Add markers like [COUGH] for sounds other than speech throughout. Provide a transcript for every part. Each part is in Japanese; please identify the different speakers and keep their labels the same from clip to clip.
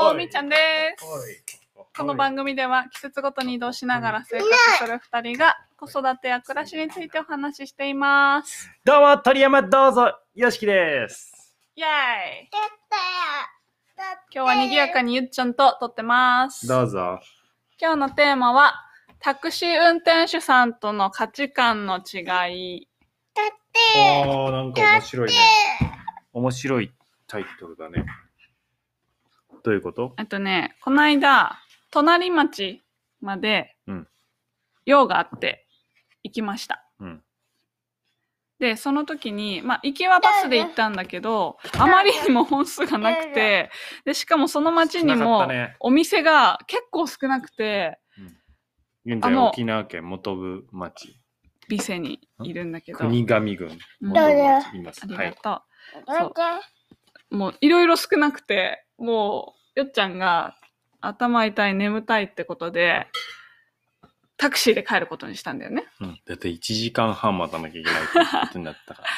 Speaker 1: とみーちゃんです。この番組では季節ごとに移動しながら生活する二人が子育てや暮らしについてお話ししています。
Speaker 2: どうも鳥山どうぞよしきです。
Speaker 1: イェーイ今日は賑やかにゆっちゃんと撮ってます。
Speaker 2: どうぞ。
Speaker 1: 今日のテーマはタクシー運転手さんとの価値観の違い。
Speaker 2: おーなんか面白いね。面白いタイトルだね。どういうこと？
Speaker 1: えっとね、この間、隣町まで
Speaker 2: うん
Speaker 1: 用があって行きました。
Speaker 2: うん。
Speaker 1: で、その時に、まあ、行きはバスで行ったんだけど、あまりにも本数がなくて、で、しかもその町に
Speaker 2: 少なかっ
Speaker 1: も
Speaker 2: た、ね。
Speaker 1: お店が結構少なくて、
Speaker 2: 現
Speaker 1: あ
Speaker 2: 在
Speaker 1: の
Speaker 2: 沖縄県本部町
Speaker 1: ビセにいるんだけど、
Speaker 2: 国神郡
Speaker 1: うん
Speaker 2: 本部
Speaker 1: あ
Speaker 2: 町います。
Speaker 1: り
Speaker 2: は
Speaker 1: が
Speaker 2: い。
Speaker 1: とう。もういろいろ少なくて、もう、よっちゃんが頭痛い、眠たいってことで、タクシーで帰ることにしたんだよね。
Speaker 2: うん。だって一時間半待たなきゃいけないってことになっ
Speaker 1: [LAUGHS]
Speaker 2: たから。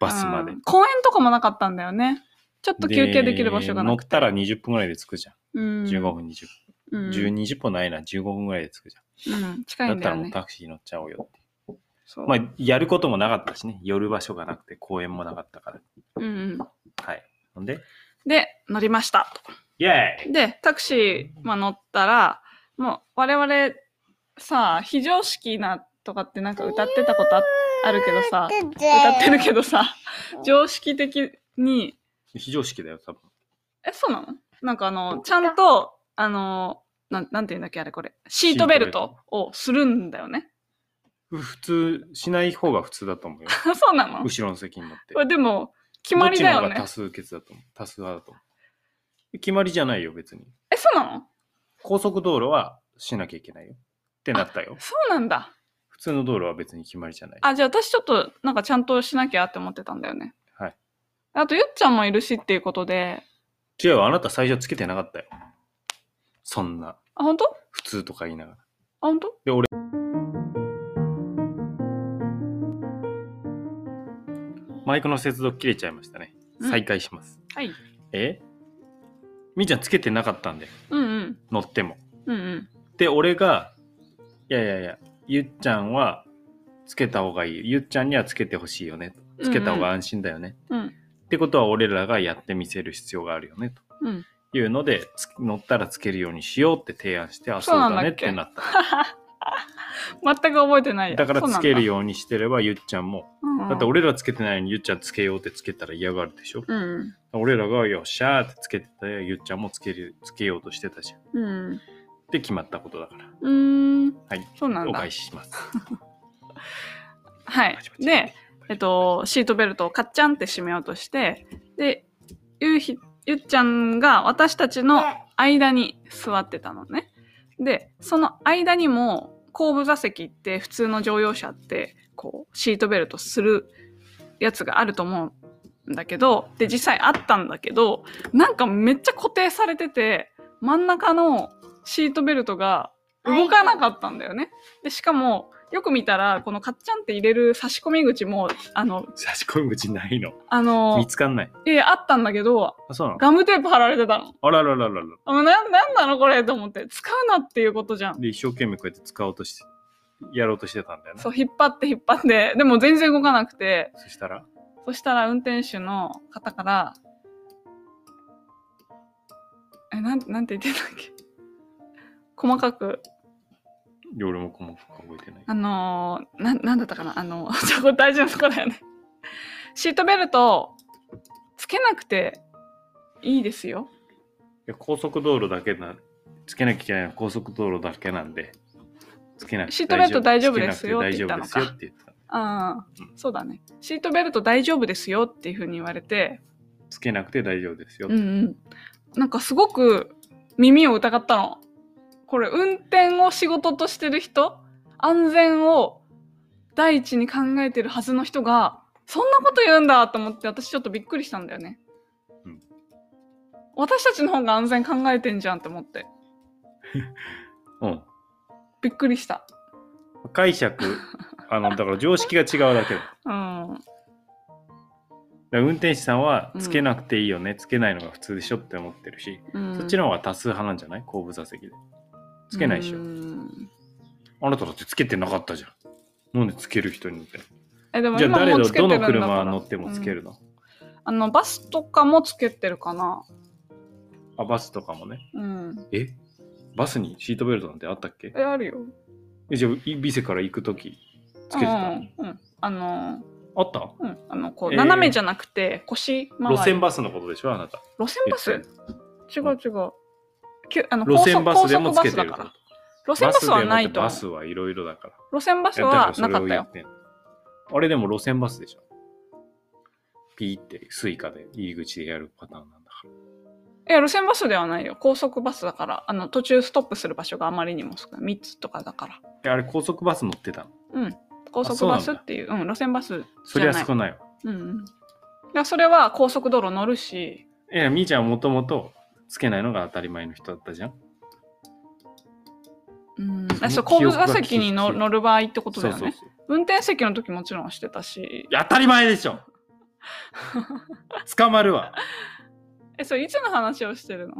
Speaker 2: バスまで
Speaker 1: う。ん公園とかもなかったんだよね。ちょっと休憩できる場所がなく。
Speaker 2: 乗ってたら20分ぐらいで着くじゃ
Speaker 1: うん
Speaker 2: ん。15分20
Speaker 1: う
Speaker 2: 分。
Speaker 1: ん
Speaker 2: 10 20分ないな15分ぐらいで着くじ
Speaker 1: うん、
Speaker 2: ゃ
Speaker 1: 近
Speaker 2: ん。
Speaker 1: い
Speaker 2: だっ
Speaker 1: んだよ
Speaker 2: たらもう
Speaker 1: ね。
Speaker 2: タクシー乗っちゃおうよって。
Speaker 1: そう
Speaker 2: まあ、やることもなかったしね、寄る場所がなくて、公園もなかったから。
Speaker 1: うんうん
Speaker 2: はい。ほんで、
Speaker 1: で、乗りました。
Speaker 2: イェーイ
Speaker 1: で、タクシー、まあ、乗ったら、もう我々さあ、非常識なとかってなんか歌ってたことああるけどさ、歌ってるけどさ、常識的に、
Speaker 2: 非常識だよ、多分。
Speaker 1: え、そうなのなんかあの、ちゃんと、あの、なんなんていうんだっけ、あれこれ、シートベルトをするんだよね。 [LAUGHS]
Speaker 2: ふ普通、しない方が普通だ
Speaker 1: [LAUGHS]
Speaker 2: と思うよ。
Speaker 1: そうなの
Speaker 2: 後ろの席に乗って
Speaker 1: こ。れでも、決まりだよ
Speaker 2: どっちの方が
Speaker 1: ね
Speaker 2: 多。数決だと思う。多数派だと思う。決まりじゃないよ、別に。
Speaker 1: え、そうなの
Speaker 2: 高速道路はしなきゃいけないよ。ってなったよ。
Speaker 1: そうなんだ。
Speaker 2: 普通の道路は別に決まりじゃない。
Speaker 1: あ、じゃあ私ちょっと、なんかちゃんとしなきゃって思ってたんだよね。
Speaker 2: はい。
Speaker 1: あと、ゆっちゃんもいるしっていうことで、
Speaker 2: 違うよ、あなた最初つけてなかったよ。そんな、
Speaker 1: あ、本当あ、
Speaker 2: 普通とか言いながら。
Speaker 1: 本当
Speaker 2: で俺マイクの接続切れちゃいましたね。
Speaker 1: うん
Speaker 2: 再開します。
Speaker 1: はい。
Speaker 2: えみーちゃんつけてなかったんで、
Speaker 1: うんうん。
Speaker 2: 乗っても。
Speaker 1: うんうん。
Speaker 2: で、俺が、いやいやいや、ゆっちゃんはつけた方がいい。ゆっちゃんにはつけてほしいよね。つけた方が安心だよね。
Speaker 1: うん。
Speaker 2: ってことは俺らがやってみせる必要があるよね。
Speaker 1: うん。
Speaker 2: というので、つ乗ったらつけるようにしようって提案して、あ、
Speaker 1: そ
Speaker 2: そうう
Speaker 1: なんだ
Speaker 2: だ
Speaker 1: っ
Speaker 2: ねっ
Speaker 1: け
Speaker 2: てなった。
Speaker 1: 全く覚えてないや
Speaker 2: だからつける
Speaker 1: よ。
Speaker 2: ようにしてれば、ゆっちゃんも
Speaker 1: そうなんだ
Speaker 2: だって、俺らつけてないのにゆっちゃんつけようってつけたら嫌がるでしょ、
Speaker 1: うんうん。
Speaker 2: 俺らがよっしゃーってつけてたらゆっちゃんもつけるつけようとしてたじゃん。
Speaker 1: うん。
Speaker 2: で決まったことだか
Speaker 1: うん。うーん
Speaker 2: はい。
Speaker 1: そうな
Speaker 2: ら。
Speaker 1: ん
Speaker 2: お
Speaker 1: だ
Speaker 2: 返。しします。
Speaker 1: はい。で、えっと、シートベルトをカッチャンって締めようとして、で、ゆうひ、ゆっちゃんが私たちの間に座ってたのね。で、その間にも、後部座席って普通の乗用車って、こう、シートベルトするやつがあると思うんだけど、で、実際あったんだけど、なんかめっちゃ固定されてて、真ん中のシートベルトが動かなかったんだよね。で、しかも、よく見たら、このカッチャンって入れる差し込み口も、あの、
Speaker 2: 差し込み口ないの。
Speaker 1: あの
Speaker 2: 見、つかんない。
Speaker 1: え、あったんだけど、
Speaker 2: あ、そうなの
Speaker 1: ガムテープ貼られてたの。
Speaker 2: あらららららら。
Speaker 1: あのな、なんなのこれと思って、使うなっていうことじゃん。
Speaker 2: で、一生懸命こうやって使おうとして、やろうとしてたんだよね。
Speaker 1: そう、引っ張って引っ張って、でも全然動かなくて、
Speaker 2: そしたら、
Speaker 1: そしたら運転手の方から、え、なん、なんて言ってたっけ細かく、
Speaker 2: いや俺も細かく覚えてない。
Speaker 1: あのー、な、なんだったかなあの、 [LAUGHS] じゃこれ大事なとこだよね。シートベルト、つけなくていいですよ。
Speaker 2: いや高速道路だけな、つけなきゃいけないのは高速道路だけなんで、つけなくて
Speaker 1: シートベルト大丈夫ですよ
Speaker 2: つけなくて大丈夫ですよ
Speaker 1: っ
Speaker 2: って言った。
Speaker 1: ああ、
Speaker 2: う
Speaker 1: そうだね。シートベルト大丈夫ですよっていうふうに言われて、
Speaker 2: つけなくて大丈夫ですよ
Speaker 1: うんうん。なんかすごく耳を疑ったの。これ、運転を仕事としてる人、安全を第一に考えてるはずの人が、そんなこと言うんだと思って私ちょっとびっくりしたんだよね。
Speaker 2: うん
Speaker 1: 私たちの方が安全考えてんじゃんと思って。
Speaker 2: うん。
Speaker 1: びっくりした。
Speaker 2: 解釈あのだから常識が違うだけだ
Speaker 1: うん。
Speaker 2: ら運転手さんはつけなくていいよね、つけないのが普通でしょって思ってるし、
Speaker 1: うん
Speaker 2: そっちの方が多数派なんじゃない後部座席でつけないでしょ、
Speaker 1: うん
Speaker 2: あなただってつけてなかったじゃんなんでつける人にみたい
Speaker 1: えでも
Speaker 2: なじゃあ
Speaker 1: 今
Speaker 2: 誰
Speaker 1: もう
Speaker 2: の
Speaker 1: つけてる
Speaker 2: ど
Speaker 1: んだか
Speaker 2: の
Speaker 1: ら
Speaker 2: 車乗ってもつけるの、
Speaker 1: うんあのバスとかもつけてるかな
Speaker 2: あバスとかもね
Speaker 1: うん
Speaker 2: えバスにシートベルトなんてあったっけ
Speaker 1: えあるよ
Speaker 2: えじゃあいビセから行く時つけてたの、
Speaker 1: うんうん、あの
Speaker 2: あった
Speaker 1: ーうんあのこう
Speaker 2: えー
Speaker 1: 斜めじゃなくて腰回り、
Speaker 2: 路線バスのことでしょあなた
Speaker 1: 路線バス
Speaker 2: 言って
Speaker 1: 違う違うきゅあの
Speaker 2: 路線バスでもつけて
Speaker 1: 高
Speaker 2: る
Speaker 1: 速バ
Speaker 2: から
Speaker 1: スだから路線バスは
Speaker 2: バ
Speaker 1: な
Speaker 2: スでもっ
Speaker 1: い
Speaker 2: て
Speaker 1: と
Speaker 2: バ
Speaker 1: 思
Speaker 2: スはいろいろだから
Speaker 1: う路線バ
Speaker 2: い
Speaker 1: ス
Speaker 2: やだ
Speaker 1: は
Speaker 2: らそ
Speaker 1: な
Speaker 2: れ
Speaker 1: か
Speaker 2: を
Speaker 1: った
Speaker 2: 言
Speaker 1: よ
Speaker 2: てんのあれでも路線バスでしょピーってスイカで入り口でやるパターンなんだから
Speaker 1: いや路線バスではないよ高速バスだからあの途中ストップする場所があまりにも少ない3つとかだから
Speaker 2: いやあれ高速バス乗ってたの
Speaker 1: 高
Speaker 2: あ
Speaker 1: 速
Speaker 2: そうな
Speaker 1: バ
Speaker 2: んだ
Speaker 1: スっていううん路線バス
Speaker 2: そ
Speaker 1: じ
Speaker 2: り
Speaker 1: ゃ
Speaker 2: ゃ
Speaker 1: ない
Speaker 2: 少ないわ
Speaker 1: うんうんいやそれは高速道路乗るし
Speaker 2: いやみーちゃんはもともとつけないのが当たり前の人だったじゃん
Speaker 1: うん
Speaker 2: その
Speaker 1: あそう後部
Speaker 2: 記憶が
Speaker 1: 座席に乗
Speaker 2: 記憶
Speaker 1: 乗る場合ってことだよね
Speaker 2: そうそうそう
Speaker 1: 運転席の時もちろんしてたし
Speaker 2: いや当たり前でしょ捕まるわ
Speaker 1: えそれいつの話をしてるの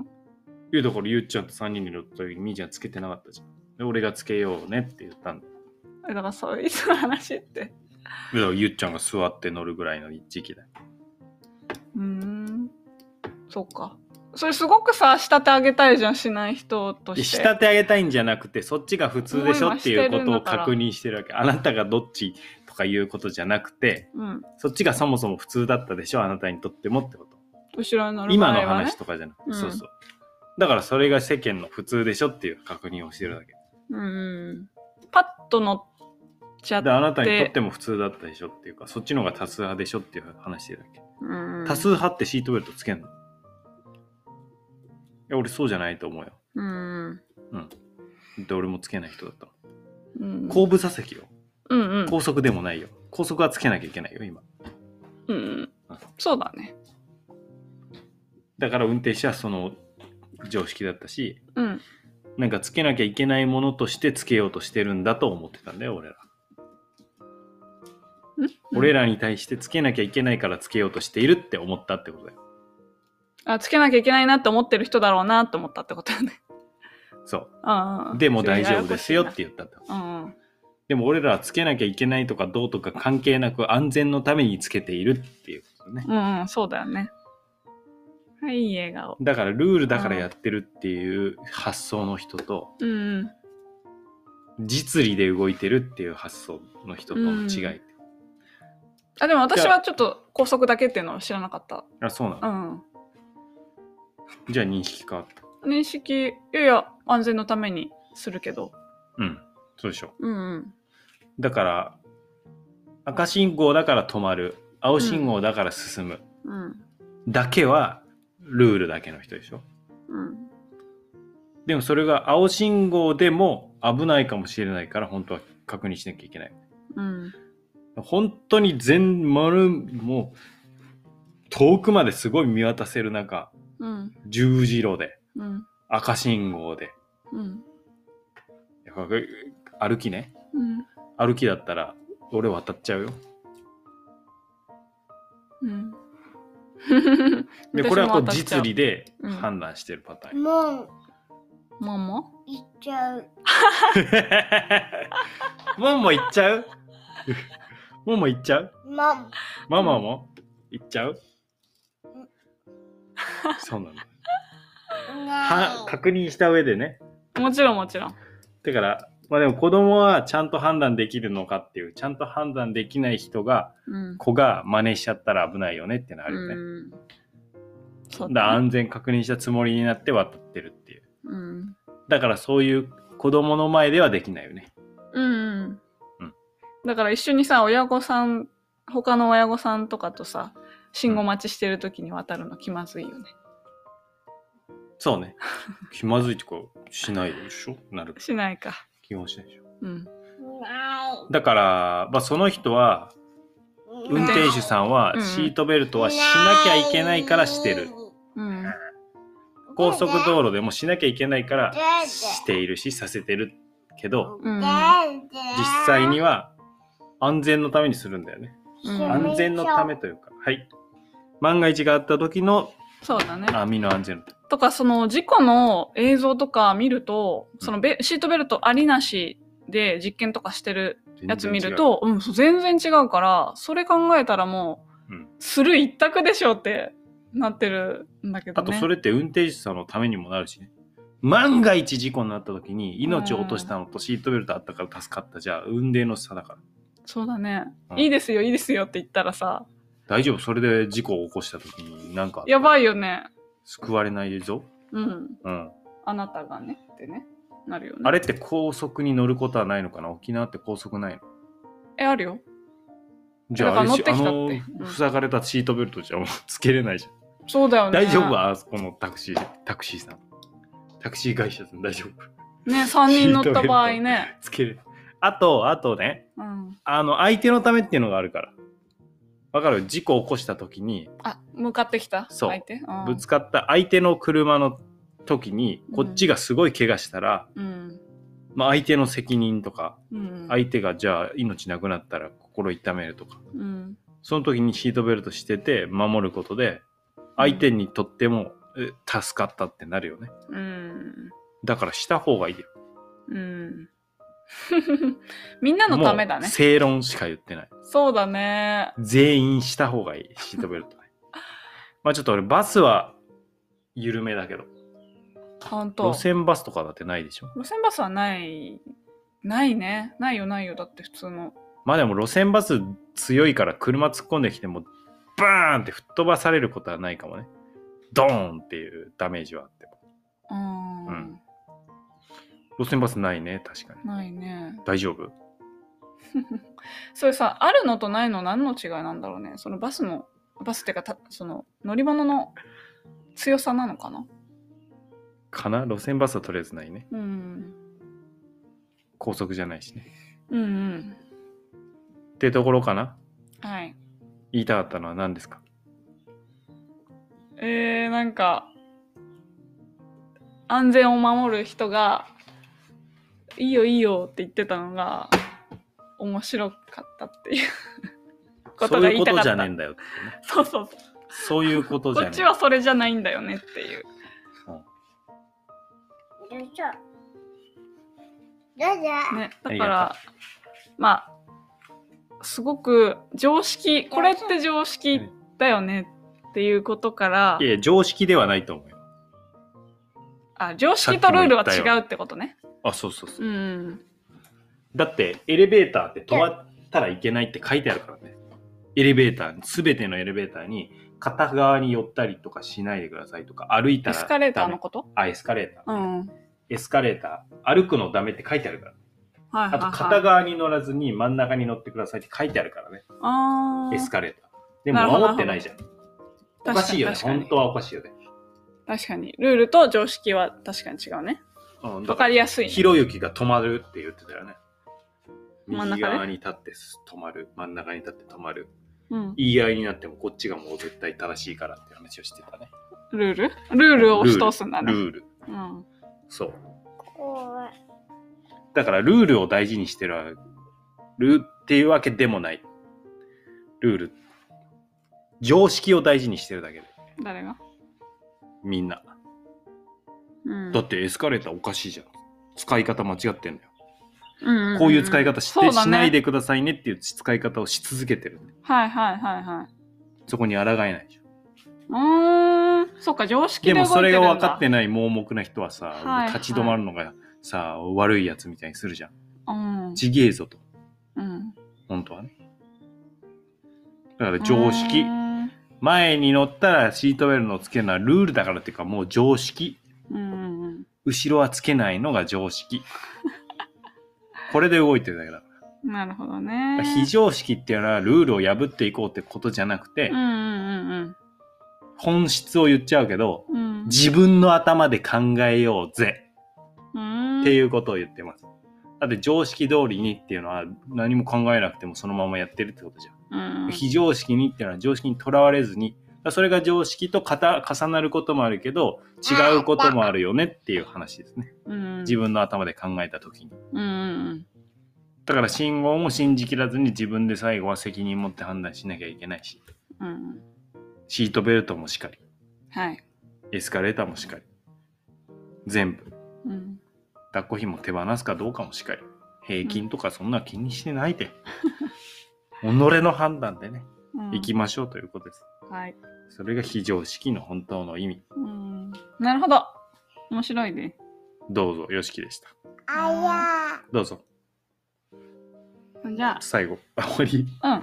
Speaker 2: 言うところゆっちゃんと3人に乗った時にみーちゃんつけてなかったじゃんで俺がつけようねって言ったんだ
Speaker 1: えだからそういつの話って
Speaker 2: だからゆっちゃんが座って乗るぐらいの時期だよ
Speaker 1: うーんそうかそれすごくさ仕立て上げたいじゃんしない人と
Speaker 2: で
Speaker 1: して
Speaker 2: 仕立て上げたいんじゃなくてそっちが普通でしょっていうことを確認してるわけあなたがどっちとかいうことじゃなくて
Speaker 1: うん、
Speaker 2: そっちがそもそも普通だったでしょあなたにとってもってこと、
Speaker 1: 後ろに乗る場合
Speaker 2: 今
Speaker 1: は、ね、
Speaker 2: の話とかじゃなくて、
Speaker 1: うん
Speaker 2: そうそうだからそれが世間の普通でしょっていう確認をしてるだけ
Speaker 1: うんパッと乗っちゃっ
Speaker 2: であなたにとっても普通だったでしょっていうかそっちの方が多数派でしょっていう話してるだけ
Speaker 1: うん
Speaker 2: 多数派ってシートベルトつけんのいや俺そうじゃないと思うよ
Speaker 1: うん
Speaker 2: で俺もつけない人だったもん
Speaker 1: うん
Speaker 2: 後部座席よ
Speaker 1: うんうん
Speaker 2: 高速でもないよ高速はつけなきゃいけないよ今
Speaker 1: うんうんそうだね
Speaker 2: だから運転手はその常識だったし
Speaker 1: うん
Speaker 2: なんかつけなきゃいけないものとしてつけようとしてるんだと思ってたんだよ俺ら、俺らに対してつけなきゃいけないからつけようとしているって思ったってことだよ
Speaker 1: あつけなきゃいけないなって思ってる人だろうなと思ったってことだね [LAUGHS]
Speaker 2: そ
Speaker 1: ああ
Speaker 2: うでも大丈夫ですよって言ったんだ
Speaker 1: うんうん
Speaker 2: でも俺らはつけなきゃいけないとかどうとか関係なく安全のためにつけているっていうことね
Speaker 1: うんうんそうだよねはいいい笑顔
Speaker 2: だからルールだからやってるっていう発想の人と
Speaker 1: うんうん
Speaker 2: 実利で動いてるっていう発想の人との違い、
Speaker 1: あでも私はちょっと高速だけっていうのを知らなかった
Speaker 2: あそうなの、
Speaker 1: うん
Speaker 2: じゃあ認識変わった
Speaker 1: 認識いやいや安全のためにするけど
Speaker 2: うんそうでしょ
Speaker 1: うんうん
Speaker 2: だから赤信号だから止まる青信号だから進む、
Speaker 1: うん
Speaker 2: だけはルールだけの人でしょ
Speaker 1: うん
Speaker 2: でもそれが青信号でも危ないかもしれないから本当は確認しなきゃいけない
Speaker 1: うん
Speaker 2: 本当に全丸もう遠くまですごい見渡せる中
Speaker 1: うん
Speaker 2: 十字路で
Speaker 1: うん
Speaker 2: 赤信号で
Speaker 1: うん
Speaker 2: やっぱ歩きね
Speaker 1: うん
Speaker 2: 歩きだったら俺渡っちゃうよ
Speaker 1: うん。
Speaker 2: でこれはこう
Speaker 1: 私も渡っちゃ
Speaker 2: 実
Speaker 1: う
Speaker 2: 利で
Speaker 1: うん
Speaker 2: 判断してるパターン、 [LAUGHS]
Speaker 3: もう
Speaker 1: ママ
Speaker 3: 行っちゃう。
Speaker 2: もんも行っちゃう [LAUGHS] もんも行っちゃう
Speaker 3: マン。
Speaker 2: ママも行っちゃうそうなんだ。は
Speaker 3: ね
Speaker 2: 確認した上でね。
Speaker 1: もちろんもちろん。
Speaker 2: だから、まあでも子供はちゃんと判断できるのかっていう、ちゃんと判断できない人が、
Speaker 1: うん。
Speaker 2: 子が真似しちゃったら危ないよねってのあるよね。
Speaker 1: うんそう
Speaker 2: だから
Speaker 1: だね。
Speaker 2: 安全確認したつもりになって渡ってるっていう。
Speaker 1: うん。
Speaker 2: だからそういう子供の前ではできないよね。
Speaker 1: うん
Speaker 2: うん。
Speaker 1: だから一緒にさ、親御さん、他の親御さんとかとさ、信号待ちしてる時に渡るの気まずいよね。 [LAUGHS]
Speaker 2: そうね。気まずいとかしないでしょなる
Speaker 1: しないか。
Speaker 2: 基本しないでしょ。
Speaker 1: うん。
Speaker 3: ない。
Speaker 2: だから、まあ、その人は、運転手さんは
Speaker 1: うん
Speaker 2: シートベルトはしなきゃいけないからしてる。
Speaker 1: うん。
Speaker 2: 高速道路でもしなきゃいけないからしているし、させてるけど、
Speaker 1: うん
Speaker 2: 実際には安全のためにするんだよね。
Speaker 1: う
Speaker 3: うん
Speaker 1: ん。
Speaker 2: 安全のためというか、はい。万が一があった時の
Speaker 1: そうだね。
Speaker 2: あ身の安全
Speaker 1: とか、その事故の映像とか見ると、そのベシートベルトありなしで実験とかしてるやつ見ると、うん、そう全然違うから、それ考えたらもう、
Speaker 2: うん
Speaker 1: する一択でしょってなってるんだけど
Speaker 2: あ
Speaker 1: ね。
Speaker 2: とそれって運転手さんのためにもなるしね万が一事故になった時に命を落としたのとシートベルトあったから助かったじゃあ運命の差だから
Speaker 1: そうだね。
Speaker 2: うん
Speaker 1: いいですよ、いいですよって言ったらさ、
Speaker 2: 大丈夫それで事故を起こした時になんか
Speaker 1: やばいよね。
Speaker 2: 救われないぞ、
Speaker 1: うん。
Speaker 2: うん、
Speaker 1: あなたがね、ってね。なるよね。
Speaker 2: あれって高速に乗ることはないのかな沖縄って高速ないの
Speaker 1: え、あるよ。
Speaker 2: じゃああれし
Speaker 1: だから乗
Speaker 2: あの
Speaker 1: ってきたってうん
Speaker 2: 塞がれたシートベルトじゃもうつけれないじゃん
Speaker 1: そうだよね。
Speaker 2: 大丈夫あそこのタクシータクシーさんタクシー会社さん大丈夫
Speaker 1: ね、3人乗った
Speaker 2: [LAUGHS]
Speaker 1: 場合ね。
Speaker 2: つけるあとあとね
Speaker 1: うん。
Speaker 2: あの、相手のためっていうのがあるから。わかる事故を起こした時に、
Speaker 1: あ、向かってきた
Speaker 2: そう
Speaker 1: 相手うん
Speaker 2: ぶつかった相手の車の時に、こっちがすごい怪我したら、
Speaker 1: うん。
Speaker 2: まあ相手の責任とか、
Speaker 1: うん。
Speaker 2: 相手がじゃあ命なくなったら心痛めるとか、
Speaker 1: うん。
Speaker 2: その時にシートベルトしてて守ることで、相手にとっても、え助かったってなるよね。
Speaker 1: うん。
Speaker 2: だからした方がいいよ。
Speaker 1: うん。 [LAUGHS] みんなのためだ
Speaker 2: も
Speaker 1: ね
Speaker 2: う。正論しか言ってない。
Speaker 1: そうだね。
Speaker 2: 全員した方がいい、シート
Speaker 1: [LAUGHS]
Speaker 2: ベルトね。まあちょっと俺、バスは緩めだけど。
Speaker 1: ほんと。
Speaker 2: 路線バスとかだってないでしょ
Speaker 1: 路線バスはない。ないね。ないよ、ないよ。だって普通の。
Speaker 2: まあでも路線バス強いから車突っ込んできてもバーンって吹っ飛ばされることはないかもねドーンっていうダメージはあっても
Speaker 1: うん。
Speaker 2: うん路線バスないね確かに
Speaker 1: ないね。
Speaker 2: 大丈夫
Speaker 1: それさ、あるのとないの何の違いなんだろうね。そのバスの、バスっていうか、たその乗り物の強さなのかな。
Speaker 2: かな路線バスはとりあえずないね
Speaker 1: うん。
Speaker 2: 高速じゃないしね
Speaker 1: うんうん。
Speaker 2: ってところかな
Speaker 1: はい。
Speaker 2: 言いたかったのは何ですか
Speaker 1: えー、なんか、安全を守る人が、いいよいいよって言ってたのが、面白かったっていう [LAUGHS] こと
Speaker 2: そう
Speaker 1: が
Speaker 2: い
Speaker 1: 言
Speaker 2: う
Speaker 1: い
Speaker 2: こ
Speaker 1: たか
Speaker 2: と
Speaker 1: っ
Speaker 2: じ
Speaker 1: た
Speaker 2: ゃねえんだよってね
Speaker 1: そうそうそう
Speaker 2: そういうことじ
Speaker 1: こ
Speaker 2: ゃね
Speaker 1: っ
Speaker 2: え
Speaker 1: ちはそれじゃないんだよねっていう。
Speaker 3: どうぞ。どうぞ。
Speaker 1: ね、
Speaker 2: あ
Speaker 1: だ
Speaker 2: り
Speaker 1: か
Speaker 2: が
Speaker 1: らまあすごく常識これって常識だよねっていうことから
Speaker 2: いやいや常識ではないと思うよ
Speaker 1: あ常識とルールは
Speaker 2: さっきも言っ
Speaker 1: 違
Speaker 2: た
Speaker 1: うってことね。
Speaker 2: あそうそうそう、
Speaker 1: うん、
Speaker 2: だってエレベーターって止まったらいけないって書いてあるからね。エレベーターに、すべてのエレベーターに片側に寄ったりとかしないでくださいとか、歩いた
Speaker 1: エ
Speaker 2: らダメ。
Speaker 1: スカレーターのこと
Speaker 2: あ、エスカレーター。
Speaker 1: うん。はい
Speaker 2: エスカレーター、歩くのダメって書いてあるから。
Speaker 1: はい、は
Speaker 2: あ
Speaker 1: い。
Speaker 2: と片側に乗らずに真ん中に乗ってくださいって書いてあるからね。
Speaker 1: あー
Speaker 2: エスカレーター。で
Speaker 1: なるほ
Speaker 2: も
Speaker 1: ど
Speaker 2: 守ってないじゃん。おかしいよね。
Speaker 1: 確かに
Speaker 2: 本当はおかしいよね。
Speaker 1: 確かに。ルールと常識は確かに違うね。
Speaker 2: うん、
Speaker 1: わ
Speaker 2: だか
Speaker 1: からりやすいね、
Speaker 2: ひろゆきが止まるって言ってたよね。
Speaker 1: 真ん中ね
Speaker 2: 右側に立って止まる。真ん中に立って止まる。
Speaker 1: うん。
Speaker 2: 言い合いになってもこっちがもう絶対正しいからって話をしてたね。
Speaker 1: ルールルールを押し通すんだ
Speaker 2: ル
Speaker 1: ね。
Speaker 2: ール。
Speaker 1: うん。
Speaker 2: そう。
Speaker 3: 怖い。
Speaker 2: だからルールを大事にしてるルっていうわけでもない。ルール。常識を大事にしてるだけで。
Speaker 1: 誰が
Speaker 2: みんな。
Speaker 1: うん
Speaker 2: だってエスカレーターおかしいじゃん。使い方間違ってんだよ。
Speaker 1: うんうんん
Speaker 2: こういう使い方して、
Speaker 1: そうだね
Speaker 2: しないでくださいねっていう使い方をし続けてる。
Speaker 1: はいはいはいはい。
Speaker 2: そこに抗えないでしょ。
Speaker 1: うーん、そっか、常識で
Speaker 2: で
Speaker 1: 動い
Speaker 2: も
Speaker 1: てるんだ
Speaker 2: それが分かってない盲目な人はさ、
Speaker 1: はいはい
Speaker 2: 立ち止まるのがさ、悪いやつみたいにするじゃん。
Speaker 1: うん。
Speaker 2: ちげえぞと。
Speaker 1: うん、
Speaker 2: 本当はね。だから常識
Speaker 1: う。ーん
Speaker 2: 前に乗ったらシートベルトをつけるのはルールだからっていうかもう常識。
Speaker 1: うんうん
Speaker 2: 後ろはつけないのが
Speaker 1: [LAUGHS]
Speaker 2: 常識。これで動いてるだけだか
Speaker 1: うん。なるほど
Speaker 2: ら。
Speaker 1: ね。
Speaker 2: 非常識っていうのはルールを破っていこうってことじゃなくて、
Speaker 1: うんうん
Speaker 2: 本質を言っちゃうけど、
Speaker 1: うんうん。うん
Speaker 2: 自分の頭で考えようぜ
Speaker 1: うーん
Speaker 2: っていうことを言ってます。だって常識通りにっていうのは何も考えなくてもそのままやってるってことじゃん。
Speaker 1: うん
Speaker 2: 非常識にっていうのは常識にとらわれずにそれが常識とかた重なることもあるけど違うこともあるよねっていう話ですね
Speaker 1: うん。
Speaker 2: 自分の頭で考えた時に
Speaker 1: うんうん
Speaker 2: だから信号も信じきらずに自分で最後は責任持って判断しなきゃいけないし
Speaker 1: うん。うん
Speaker 2: シートベルトもしかり、
Speaker 1: はい。
Speaker 2: エスカレーターもしかり、全部、
Speaker 1: うん。
Speaker 2: 抱っこひも手放すかどうかもしかり、平均とかそんな気にしてないで、己の判断でね、
Speaker 1: うん
Speaker 2: 行きましょうということです。
Speaker 1: はい。
Speaker 2: それが非常識の本当の意味。
Speaker 1: うん。なるほど。面白いね。
Speaker 2: どうぞ、よしきでした。
Speaker 3: あ
Speaker 2: どうぞ、
Speaker 1: じゃ
Speaker 2: 最後、あ終わり。
Speaker 1: あ、うん。じ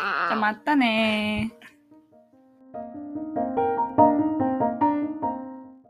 Speaker 3: や
Speaker 1: ゃあまたねー。